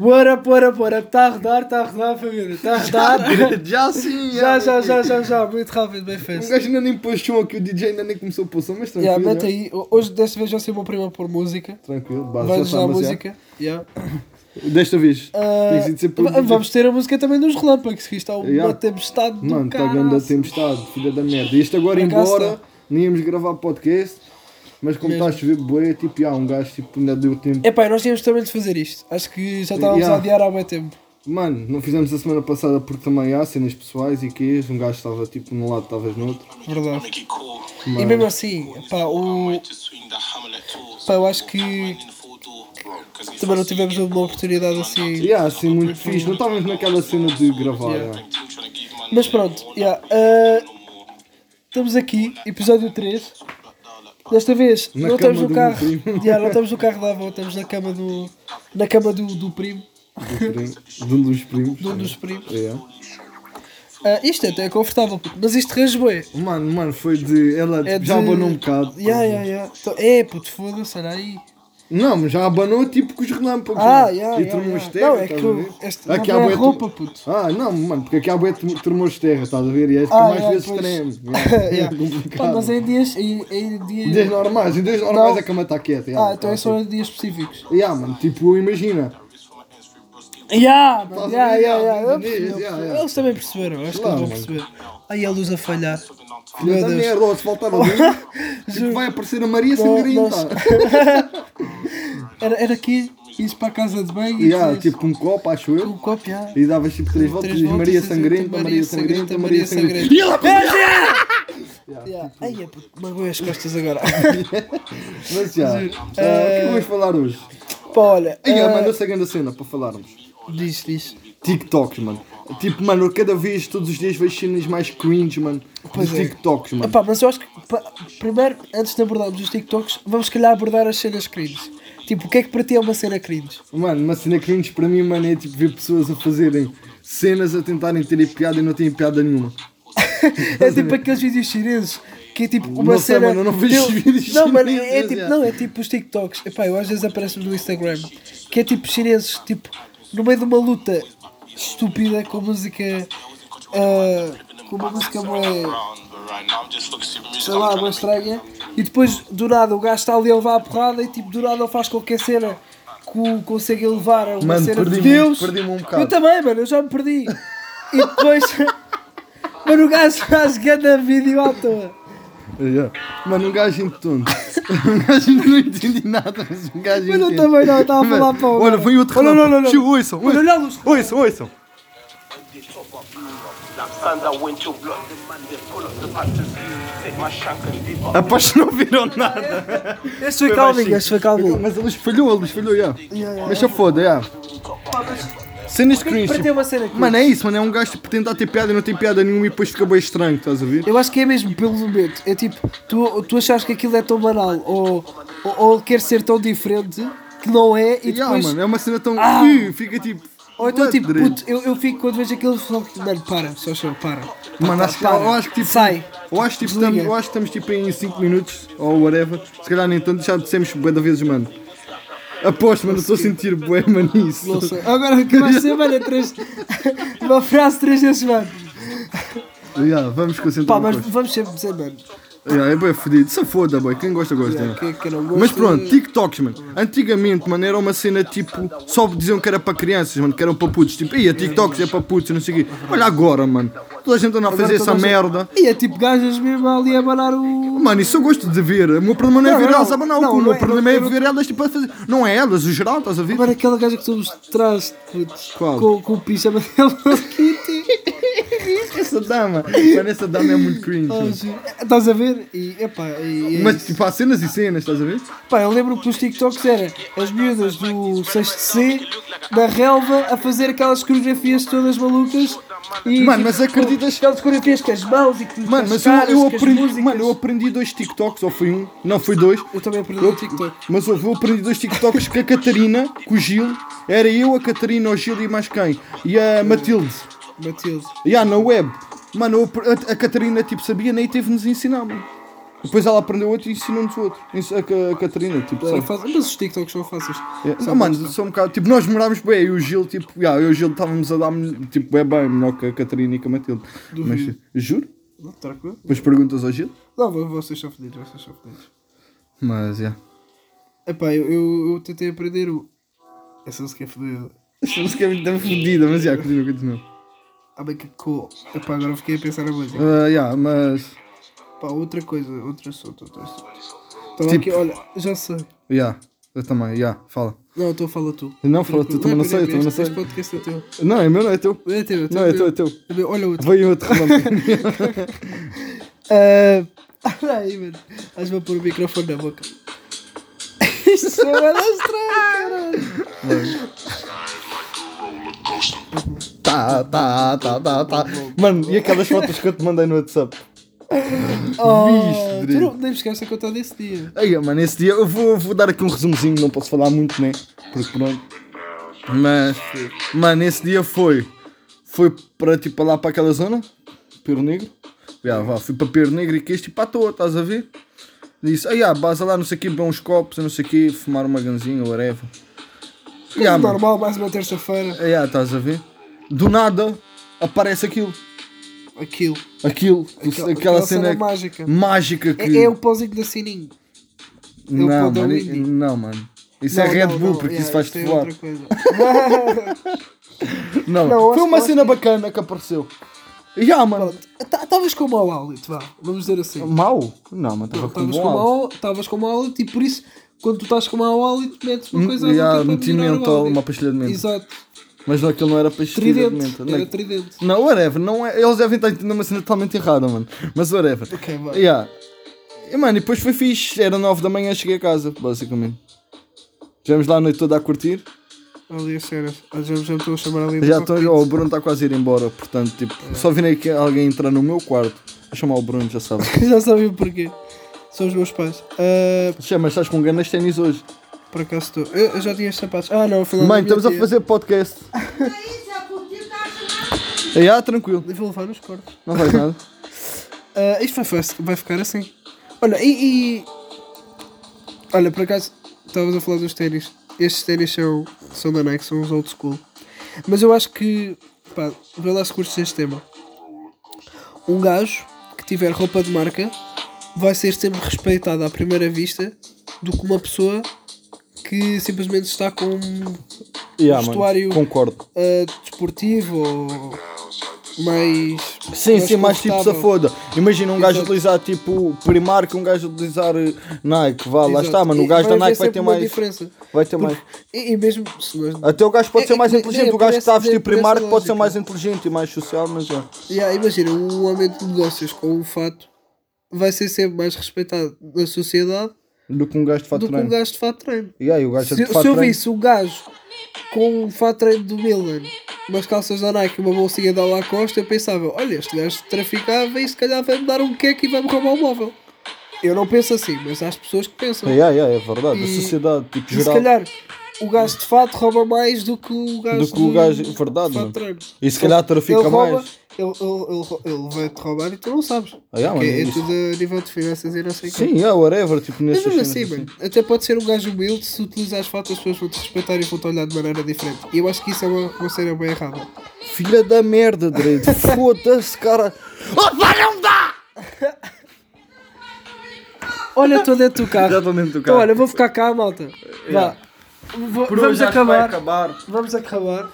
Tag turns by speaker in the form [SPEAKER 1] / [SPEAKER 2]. [SPEAKER 1] What up, what up, what up? Está a rodar, está a rodar, família. Está a rodar.
[SPEAKER 2] Já sim, é,
[SPEAKER 1] Já, já, já, já, já. Muito rápido, bem feito.
[SPEAKER 2] Um gajo ainda nem pôs som aqui, o DJ ainda nem começou a pôr som, mas tranquilo.
[SPEAKER 1] Yeah, mete
[SPEAKER 2] já.
[SPEAKER 1] aí. Hoje, desta vez, vai ser o meu primo a pôr música.
[SPEAKER 2] Tranquilo, basta
[SPEAKER 1] Vamos à
[SPEAKER 2] já está, mas já.
[SPEAKER 1] música. Yeah.
[SPEAKER 2] Desta vez.
[SPEAKER 1] Ah,
[SPEAKER 2] Tem sido sempre um
[SPEAKER 1] va- vamos ter a música também dos relâmpagos, que isto está uma
[SPEAKER 2] Yeah.
[SPEAKER 1] tempestade do
[SPEAKER 2] Mano, está
[SPEAKER 1] cara.
[SPEAKER 2] grande a tempestade, filha da merda. Isto agora
[SPEAKER 1] Por acaso
[SPEAKER 2] embora,
[SPEAKER 1] tá.
[SPEAKER 2] nem íamos gravar podcast, mas como está
[SPEAKER 1] Mesmo.
[SPEAKER 2] a chover bué, tipo, já, um gajo tipo, ainda deu tempo.
[SPEAKER 1] É pá, nós tínhamos também de fazer isto. Acho que já estávamos
[SPEAKER 2] Yeah.
[SPEAKER 1] a adiar há bem tempo.
[SPEAKER 2] Mano, não fizemos a semana passada porque também há cenas pessoais e que um gajo estava tipo num lado, estavas no outro.
[SPEAKER 1] Verdade. E
[SPEAKER 2] Mano,
[SPEAKER 1] mesmo assim, pá, o... pá, eu acho que também não tivemos uma oportunidade assim.
[SPEAKER 2] yeah, assim, muito fixe. Não estávamos naquela cena de gravar.
[SPEAKER 1] Yeah.
[SPEAKER 2] já.
[SPEAKER 1] Mas pronto, yeah, ah, estamos aqui, episódio 3. Desta vez
[SPEAKER 2] Na
[SPEAKER 1] não estamos
[SPEAKER 2] cama
[SPEAKER 1] no
[SPEAKER 2] do
[SPEAKER 1] carro.
[SPEAKER 2] meu primo.
[SPEAKER 1] Yeah, não estamos no carro da avó, estamos na cama do. na cama do, do primo,
[SPEAKER 2] Do primo- De um dos primos. É.
[SPEAKER 1] de um dos primos.
[SPEAKER 2] Yeah.
[SPEAKER 1] Ah, isto é, é confortável, puto, mas isto rege bué.
[SPEAKER 2] Mano, mano, foi de. Ela
[SPEAKER 1] É
[SPEAKER 2] já
[SPEAKER 1] de-
[SPEAKER 2] abanou um bocado.
[SPEAKER 1] Yeah, yeah, yeah. Então, é, puto, foda-se, olha aí.
[SPEAKER 2] Não, mas já abanou tipo com os relâmpagos.
[SPEAKER 1] Ah,
[SPEAKER 2] mano.
[SPEAKER 1] yeah,
[SPEAKER 2] E
[SPEAKER 1] yeah,
[SPEAKER 2] tremou
[SPEAKER 1] yeah.
[SPEAKER 2] terra.
[SPEAKER 1] Não, é
[SPEAKER 2] um estás
[SPEAKER 1] que
[SPEAKER 2] a ver?
[SPEAKER 1] este- não é
[SPEAKER 2] bué
[SPEAKER 1] roupa, puto.
[SPEAKER 2] Ah, não, mano, porque aqui há boé tremores de terra, estás a ver? E é este
[SPEAKER 1] Ah,
[SPEAKER 2] que mais
[SPEAKER 1] yeah,
[SPEAKER 2] vezes
[SPEAKER 1] pois.
[SPEAKER 2] treme.
[SPEAKER 1] Yeah.
[SPEAKER 2] Yeah. É
[SPEAKER 1] Pá,
[SPEAKER 2] complicado.
[SPEAKER 1] mas é em dias. Em, em dias...
[SPEAKER 2] Em dias normais, em dias normais
[SPEAKER 1] Não.
[SPEAKER 2] a cama está quieta. yeah.
[SPEAKER 1] Ah, então é só em dias específicos.
[SPEAKER 2] Yeah, mano, tipo, imagina.
[SPEAKER 1] Yeah, mano,
[SPEAKER 2] Estás
[SPEAKER 1] yeah,
[SPEAKER 2] a ver?
[SPEAKER 1] yeah,
[SPEAKER 2] Yeah,
[SPEAKER 1] yeah. Eu
[SPEAKER 2] dias,
[SPEAKER 1] percebi, eu
[SPEAKER 2] yeah,
[SPEAKER 1] percebi.
[SPEAKER 2] yeah.
[SPEAKER 1] Eles também perceberam, acho
[SPEAKER 2] Claro,
[SPEAKER 1] que eles
[SPEAKER 2] mano.
[SPEAKER 1] vão perceber. Aí a luz a falhar.
[SPEAKER 2] Filha
[SPEAKER 1] Meu
[SPEAKER 2] da
[SPEAKER 1] Deus.
[SPEAKER 2] merda, ou se faltar alguém, tipo, vai aparecer a Maria tá? Sangrinta.
[SPEAKER 1] nós- Era, era aqui, ias para a casa de banho e
[SPEAKER 2] Yeah,
[SPEAKER 1] fazias
[SPEAKER 2] tipo um copo, acho eu.
[SPEAKER 1] um copo, yeah.
[SPEAKER 2] E davas tipo três voltas e
[SPEAKER 1] Três
[SPEAKER 2] diz
[SPEAKER 1] voltas,
[SPEAKER 2] Maria
[SPEAKER 1] assim,
[SPEAKER 2] Sangrenta, Maria Sangrenta, Maria Sangrenta.
[SPEAKER 1] E ela Yeah. Ai, é puto, magoei as costas agora.
[SPEAKER 2] Mas já, ah, o
[SPEAKER 1] eh,
[SPEAKER 2] que é que vamos falar hoje?
[SPEAKER 1] Pá, olha,
[SPEAKER 2] Ai, é,
[SPEAKER 1] ah,
[SPEAKER 2] mano, eu sei a grande cena para falarmos.
[SPEAKER 1] diz, diz.
[SPEAKER 2] TikToks, mano. Tipo, mano, eu cada vez, todos os dias vejo cenas mais cringe, mano.
[SPEAKER 1] Pois
[SPEAKER 2] Pois
[SPEAKER 1] é.
[SPEAKER 2] TikToks, mano.
[SPEAKER 1] Epá, mas eu acho que pa- primeiro, antes de abordarmos os TikToks, vamos se calhar abordar as cenas cringe. Tipo, o que é que para ti é uma cena cringe?
[SPEAKER 2] Mano, uma cena cringe para mim, mano, é tipo ver pessoas a fazerem cenas a tentarem terem piada e não têm piada nenhuma.
[SPEAKER 1] É tipo aqueles vídeos chineses que é tipo uma
[SPEAKER 2] Não sei,
[SPEAKER 1] cena.
[SPEAKER 2] mano, eu não vejo
[SPEAKER 1] Eu-
[SPEAKER 2] vídeos
[SPEAKER 1] Não, mano, é,
[SPEAKER 2] chineses,
[SPEAKER 1] tipo,
[SPEAKER 2] já.
[SPEAKER 1] não, é tipo os TikToks. Epá, eu às vezes aparece-me no Instagram que é tipo chineses, tipo, no meio de uma luta estúpida com música. ah, com uma música bué- sei lá, uma estranha. E depois, do nada, o gajo está ali a levar a porrada e, tipo, do nada ele faz qualquer cena que o consegue levar a uma
[SPEAKER 2] Mano,
[SPEAKER 1] cena de
[SPEAKER 2] perdi-me,
[SPEAKER 1] Deus.
[SPEAKER 2] perdi-me um bocado.
[SPEAKER 1] Eu também, mano, eu já me perdi. E depois... mano, o gajo faz ganda vídeo à toa.
[SPEAKER 2] Yeah. Mano, um gajo em tonto. um gajo que não entendi nada, mas um gajo
[SPEAKER 1] Mas eu
[SPEAKER 2] entende.
[SPEAKER 1] também não, eu estava a
[SPEAKER 2] Mano,
[SPEAKER 1] falar para o...
[SPEAKER 2] Olha, vem outro
[SPEAKER 1] Olha, não, não,
[SPEAKER 2] relâmpago.
[SPEAKER 1] não.
[SPEAKER 2] Chiu, Ouçam,
[SPEAKER 1] Olha, olha a luz.
[SPEAKER 2] ouçam. Ouçam, ouçam.
[SPEAKER 3] They chop up Black Thunder went to blood, the man they pull up the patches. Take my shank and dip up.
[SPEAKER 2] Aposto que não viram nada.
[SPEAKER 1] Este foi calminho,
[SPEAKER 2] baixinho.
[SPEAKER 1] este foi calminho.
[SPEAKER 2] Mas a luz falhou, a luz falhou, já. Mas já foda, já. Cenas cringe.
[SPEAKER 1] Para ter uma cena aqui.
[SPEAKER 2] Mano, é isso, mano. É um gajo tipo, tentar ter piada e não tem piada nenhuma e depois fica bem estranho, estás a ver?
[SPEAKER 1] Eu acho que é mesmo pelo momento. É tipo, tu, tu achas que aquilo é tão banal ou, ou, ou quer ser tão diferente que não é e
[SPEAKER 2] Ya,
[SPEAKER 1] depois...
[SPEAKER 2] mano, é uma cena tão.
[SPEAKER 1] Ah!
[SPEAKER 2] Ih, fica tipo.
[SPEAKER 1] Ou então, tipo,
[SPEAKER 2] ladre.
[SPEAKER 1] puto, eu, eu fico quando vejo aquilo, falo, mano, para, só chão, para.
[SPEAKER 2] Mano,
[SPEAKER 1] Pá,
[SPEAKER 2] acho que,
[SPEAKER 1] para.
[SPEAKER 2] eu acho que tipo.
[SPEAKER 1] Sai.
[SPEAKER 2] Eu acho, tipo,
[SPEAKER 1] Desliga.
[SPEAKER 2] estamos, eu acho que estamos tipo em 5 minutos ou whatever. Se calhar nem tanto, já dissemos bué da vezes, mano. Aposto, mano, eu estou a sentir bué, mano, isso.
[SPEAKER 1] Não sei. Agora que vai ser, mano, é três. Uma frase três vezes, mano.
[SPEAKER 2] Ya, vamos concentrar.
[SPEAKER 1] Pá,
[SPEAKER 2] no
[SPEAKER 1] mas
[SPEAKER 2] posto.
[SPEAKER 1] vamos sempre dizer, mano.
[SPEAKER 2] Ya, é bué fodido. Se foda, boy. Quem gosta, gosta.
[SPEAKER 1] Yeah,
[SPEAKER 2] ya.
[SPEAKER 1] quem- quem não
[SPEAKER 2] Mas
[SPEAKER 1] gosta- é-
[SPEAKER 2] pronto, TikToks, mano. Antigamente, mano, era uma cena tipo. Só diziam que era para crianças, mano, que eram para putos. Tipo, ia TikToks é para putos, não sei o quê. Olha agora, mano. Toda a gente anda a fazer
[SPEAKER 1] toda
[SPEAKER 2] essa
[SPEAKER 1] a gente-
[SPEAKER 2] merda.
[SPEAKER 1] E é tipo gajas mesmo ali a abanar o.
[SPEAKER 2] Mano, isso eu gosto de ver. O meu problema não é
[SPEAKER 1] Não,
[SPEAKER 2] ver
[SPEAKER 1] não,
[SPEAKER 2] elas a abanar o
[SPEAKER 1] não,
[SPEAKER 2] cu. O
[SPEAKER 1] não
[SPEAKER 2] meu
[SPEAKER 1] é-
[SPEAKER 2] problema é
[SPEAKER 1] eu não-
[SPEAKER 2] ver elas tipo a fazer. Não é elas, o geral, estás a ver?
[SPEAKER 1] Agora aquela gaja que tu mostraste, puto,
[SPEAKER 2] Qual?
[SPEAKER 1] com, com o pijama dela no Kitty.
[SPEAKER 2] Essa dama, mano, essa dama é muito cringe.
[SPEAKER 1] Ah,
[SPEAKER 2] mano.
[SPEAKER 1] juro. Estás a ver? E, epá, e, é e
[SPEAKER 2] Mas tipo, há cenas e cenas, estás a ver?
[SPEAKER 1] Pá, eu lembro que os TikToks eram as miúdas do 6 C da relva a fazer aquelas coreografias todas malucas e
[SPEAKER 2] Mano, mas acreditas-
[SPEAKER 1] aquelas coreografias com as mãos e que
[SPEAKER 2] Mano, mas eu, eu aprendi, mano, eu aprendi dois TikToks, ou foi um? Não, foi dois.
[SPEAKER 1] eu também aprendi no TikTok.
[SPEAKER 2] Mas houve, eu aprendi dois TikToks com a Catarina, com o Gil. Era eu, a Catarina, o Gil e mais quem? E a Matilde.
[SPEAKER 1] Matilde.
[SPEAKER 2] E a na web. Mano, eu apre- a, a Catarina, tipo, sabia, nem teve-nos ensinar, mano. Depois ela aprendeu outro e ensinou-nos outro. Isso, A, Ca- a Catarina, tipo,
[SPEAKER 1] Ela
[SPEAKER 2] sabe?
[SPEAKER 1] faz- Mas os TikToks são fáceis.
[SPEAKER 2] Yeah.
[SPEAKER 1] Só
[SPEAKER 2] Não, mano, só um bocado. Tipo, nós morámos bem, eu e o Gil, tipo, yeah, eu e o Gil estávamos a dar tipo, é bem melhor que a Catarina e que a Matilde. Mas, juro?
[SPEAKER 1] Não, tranquilo.
[SPEAKER 2] Depois perguntas ao Gil?
[SPEAKER 1] Não, mas vocês são fodidos, vocês são fodidos.
[SPEAKER 2] Mas, yeah.
[SPEAKER 1] Epá, eu, eu, eu tentei aprender o. Essa música é fodida.
[SPEAKER 2] Esta música é muito bem fodida, mas, yeah, continua, continua.
[SPEAKER 1] Ah, bem que cool. Epá, agora fiquei a pensar na música.
[SPEAKER 2] Ah, yeah, mas,
[SPEAKER 1] Pá, outra coisa, outro assunto, outro assunto. Estava
[SPEAKER 2] Tipo-
[SPEAKER 1] aqui, olha, já sei.
[SPEAKER 2] yeah, eu também, yeah, fala.
[SPEAKER 1] Não, então fala tu.
[SPEAKER 2] Não, fala tu, também não sei, também não
[SPEAKER 1] Este-
[SPEAKER 2] sei.
[SPEAKER 1] Este podcast é teu.
[SPEAKER 2] Não, é meu, não é teu.
[SPEAKER 1] É teu, é teu.
[SPEAKER 2] Não, é
[SPEAKER 1] meu.
[SPEAKER 2] teu, é teu.
[SPEAKER 1] meu. Olha outro.
[SPEAKER 2] Veio um outro relâmpago.
[SPEAKER 1] Ah, Olha aí, mano. Estás-me a pôr o microfone na boca. Isto é uma estranho,
[SPEAKER 2] Tá, tá, tá, tá, tá. Mano, e aquelas fotos que eu te mandei no WhatsApp?
[SPEAKER 1] caralho. Oh,
[SPEAKER 2] Viste,
[SPEAKER 1] tu não, nem me esqueces que eu estava nesse dia.
[SPEAKER 2] Aí, mano, esse dia eu vou, vou dar aqui um resumozinho, não posso falar muito, né? Porque pronto. Mas, mano, esse dia foi. Foi para tipo lá para aquela zona, Piro Negro. Já, vá, fui para Piro Negro e que este para a toa, estás a ver? Disse, ah, já, basta lá, não sei o quê, beber uns copos, não sei o quê, fumar uma ganzinha, whatever. Já,
[SPEAKER 1] Coisa
[SPEAKER 2] mano,
[SPEAKER 1] normal, mais uma terça-feira.
[SPEAKER 2] já, estás a ver? Do nada aparece aquilo.
[SPEAKER 1] Aquilo.
[SPEAKER 2] Aquilo, aquela, cena,
[SPEAKER 1] mágica.
[SPEAKER 2] mágica que.
[SPEAKER 1] É, é o pauzinho da sininho. É o
[SPEAKER 2] não,
[SPEAKER 1] Podão
[SPEAKER 2] mano,
[SPEAKER 1] Indie.
[SPEAKER 2] i- não, mano. Isso é
[SPEAKER 1] Não,
[SPEAKER 2] Red
[SPEAKER 1] não,
[SPEAKER 2] Bull,
[SPEAKER 1] não,
[SPEAKER 2] porque
[SPEAKER 1] yeah,
[SPEAKER 2] isso
[SPEAKER 1] isto
[SPEAKER 2] faz-te
[SPEAKER 1] é
[SPEAKER 2] voar.
[SPEAKER 1] outra coisa.
[SPEAKER 2] Não,
[SPEAKER 1] Não, eu
[SPEAKER 2] foi
[SPEAKER 1] acho-
[SPEAKER 2] uma
[SPEAKER 1] eu acho
[SPEAKER 2] cena bacana que apareceu. Já, mano.
[SPEAKER 1] Tá- Estavas com mau hálito, vá. Vamos dizer assim.
[SPEAKER 2] Mau? Não, mano, estava com um
[SPEAKER 1] Estavas
[SPEAKER 2] bom
[SPEAKER 1] com
[SPEAKER 2] álcool.
[SPEAKER 1] mau estavas com mau hálito e por isso, quando tu estás com mau hálito, metes uma coisa
[SPEAKER 2] Hum, yeah,
[SPEAKER 1] outra para
[SPEAKER 2] meti
[SPEAKER 1] melhorar o
[SPEAKER 2] mentol,
[SPEAKER 1] hálito.
[SPEAKER 2] uma pastilha de menta.
[SPEAKER 1] Exato.
[SPEAKER 2] Mas não, aquilo não era para estilo de
[SPEAKER 1] Tridente.
[SPEAKER 2] menta.
[SPEAKER 1] Era
[SPEAKER 2] Não,
[SPEAKER 1] tridente.
[SPEAKER 2] né? não, whatever. Não é, eles devem estar entendendo uma cena totalmente errada, mano. Mas whatever.
[SPEAKER 1] Ok, vá.
[SPEAKER 2] Yeah. E, mano, e depois foi fixe. Era 9 da manhã, cheguei a casa, basicamente. Estivemos lá a noite toda a curtir.
[SPEAKER 1] Ali as cenas. Ah, Já, já me estão a chamar ali. do
[SPEAKER 2] Já estou,
[SPEAKER 1] cockpit.
[SPEAKER 2] oh, o Bruno está quase a ir embora, portanto, tipo,
[SPEAKER 1] É.
[SPEAKER 2] só virem aqui alguém entrar no meu quarto. Vou chamar o Bruno, já sabe.
[SPEAKER 1] Já sabem o porquê. São os meus pais. Ah,
[SPEAKER 2] Chama, mas estás com ganas de ténis hoje.
[SPEAKER 1] por acaso estou. Eu, eu já tinha estes sapatos. Ah, não, foi lá
[SPEAKER 2] Mãe,
[SPEAKER 1] da minha
[SPEAKER 2] estamos a
[SPEAKER 1] tia.
[SPEAKER 2] fazer podcast.
[SPEAKER 1] Ah,
[SPEAKER 4] isso, é porque tá chamando.
[SPEAKER 2] Aí, ah, tranquilo,
[SPEAKER 1] Vou levar nos cortes.
[SPEAKER 2] não faz nada.
[SPEAKER 1] Ah, isto vai, fácil- vai ficar assim. Olha, e, e- Olha, por acaso, estavas a falar dos ténis. Estes ténis são, são da Nike, são os old school. Mas eu acho que. Pá, vê lá se curtes este tema. Um gajo que tiver roupa de marca vai ser sempre respeitado à primeira vista do que uma pessoa que simplesmente está com um
[SPEAKER 2] Yeah,
[SPEAKER 1] Vestuário.
[SPEAKER 2] Concordo.
[SPEAKER 1] ah, desportivo ou mais.
[SPEAKER 2] Sim, sim, mais tipo se
[SPEAKER 1] confortável.
[SPEAKER 2] foda. Imagina um gajo
[SPEAKER 1] Exato.
[SPEAKER 2] utilizar tipo Primark, um gajo utilizar eh, Nike, vá, lá
[SPEAKER 1] Exato.
[SPEAKER 2] está, mano. O
[SPEAKER 1] E
[SPEAKER 2] gajo da
[SPEAKER 1] haver
[SPEAKER 2] Nike vai
[SPEAKER 1] sempre
[SPEAKER 2] ter
[SPEAKER 1] uma
[SPEAKER 2] mais.
[SPEAKER 1] diferença.
[SPEAKER 2] Vai ter mais.
[SPEAKER 1] E, e mesmo se nós.
[SPEAKER 2] Até o gajo pode
[SPEAKER 1] É-
[SPEAKER 2] ser mais
[SPEAKER 1] é-
[SPEAKER 2] inteligente.
[SPEAKER 1] é
[SPEAKER 2] o gajo que está a
[SPEAKER 1] por essa-
[SPEAKER 2] vestir
[SPEAKER 1] por essa
[SPEAKER 2] Primark pode ser
[SPEAKER 1] lógica.
[SPEAKER 2] mais inteligente e mais social, mas é.
[SPEAKER 1] Yeah, imagina, um homem de negócios com um fato vai ser sempre mais respeitado na sociedade
[SPEAKER 2] Do que um gajo de fato
[SPEAKER 1] do que um
[SPEAKER 2] treino.
[SPEAKER 1] gajo de fato treino.
[SPEAKER 2] Yeah, e o gajo é
[SPEAKER 1] Se,
[SPEAKER 2] de
[SPEAKER 1] se
[SPEAKER 2] fato
[SPEAKER 1] eu
[SPEAKER 2] treino.
[SPEAKER 1] visse um gajo com um fato treino do Milan, umas calças da Nike e uma bolsinha da Lacoste, eu pensava: olha, este gajo traficava e se calhar vai-me dar um queque e vai-me roubar o móvel. Eu não penso assim, mas há as pessoas que pensam.
[SPEAKER 2] Yeah, yeah, é verdade. A
[SPEAKER 1] E-
[SPEAKER 2] sociedade, tipo,
[SPEAKER 1] E se
[SPEAKER 2] geral.
[SPEAKER 1] calhar o gajo de fato rouba mais do que o gajo
[SPEAKER 2] Do que o gajo- verdade,
[SPEAKER 1] de
[SPEAKER 2] mano.
[SPEAKER 1] fato treino.
[SPEAKER 2] E se calhar trafica
[SPEAKER 1] ele rouba,
[SPEAKER 2] mais.
[SPEAKER 1] Ele, ele, ele, rou- ele vai te roubar e tu não sabes.
[SPEAKER 2] Ah, yeah,
[SPEAKER 1] Porque
[SPEAKER 2] mano,
[SPEAKER 1] é
[SPEAKER 2] isso-
[SPEAKER 1] tudo a nível de finanças e não sei o quê.
[SPEAKER 2] Sim, yeah, whatever. Tipo,
[SPEAKER 1] Mas
[SPEAKER 2] nessas
[SPEAKER 1] mesmo
[SPEAKER 2] cenas
[SPEAKER 1] assim,
[SPEAKER 2] assim.
[SPEAKER 1] mano, até pode ser um gajo humilde, se utilizar as fotos as pessoas vão te respeitar e vão te olhar de maneira diferente. E eu acho que isso é uma, uma cena bem errada.
[SPEAKER 2] Filha da merda, Dredd. Foda-se, cara. Opa, não dá!
[SPEAKER 1] Olha, estou dentro do carro.
[SPEAKER 2] Já estou dentro do
[SPEAKER 1] Então,
[SPEAKER 2] carro.
[SPEAKER 1] olha, vou ficar cá, malta.
[SPEAKER 2] Yeah.
[SPEAKER 1] Vá. Vou-
[SPEAKER 2] Por
[SPEAKER 1] vamos
[SPEAKER 2] hoje acho que vai
[SPEAKER 1] acabar.
[SPEAKER 2] acabar.
[SPEAKER 1] Vamos acabar.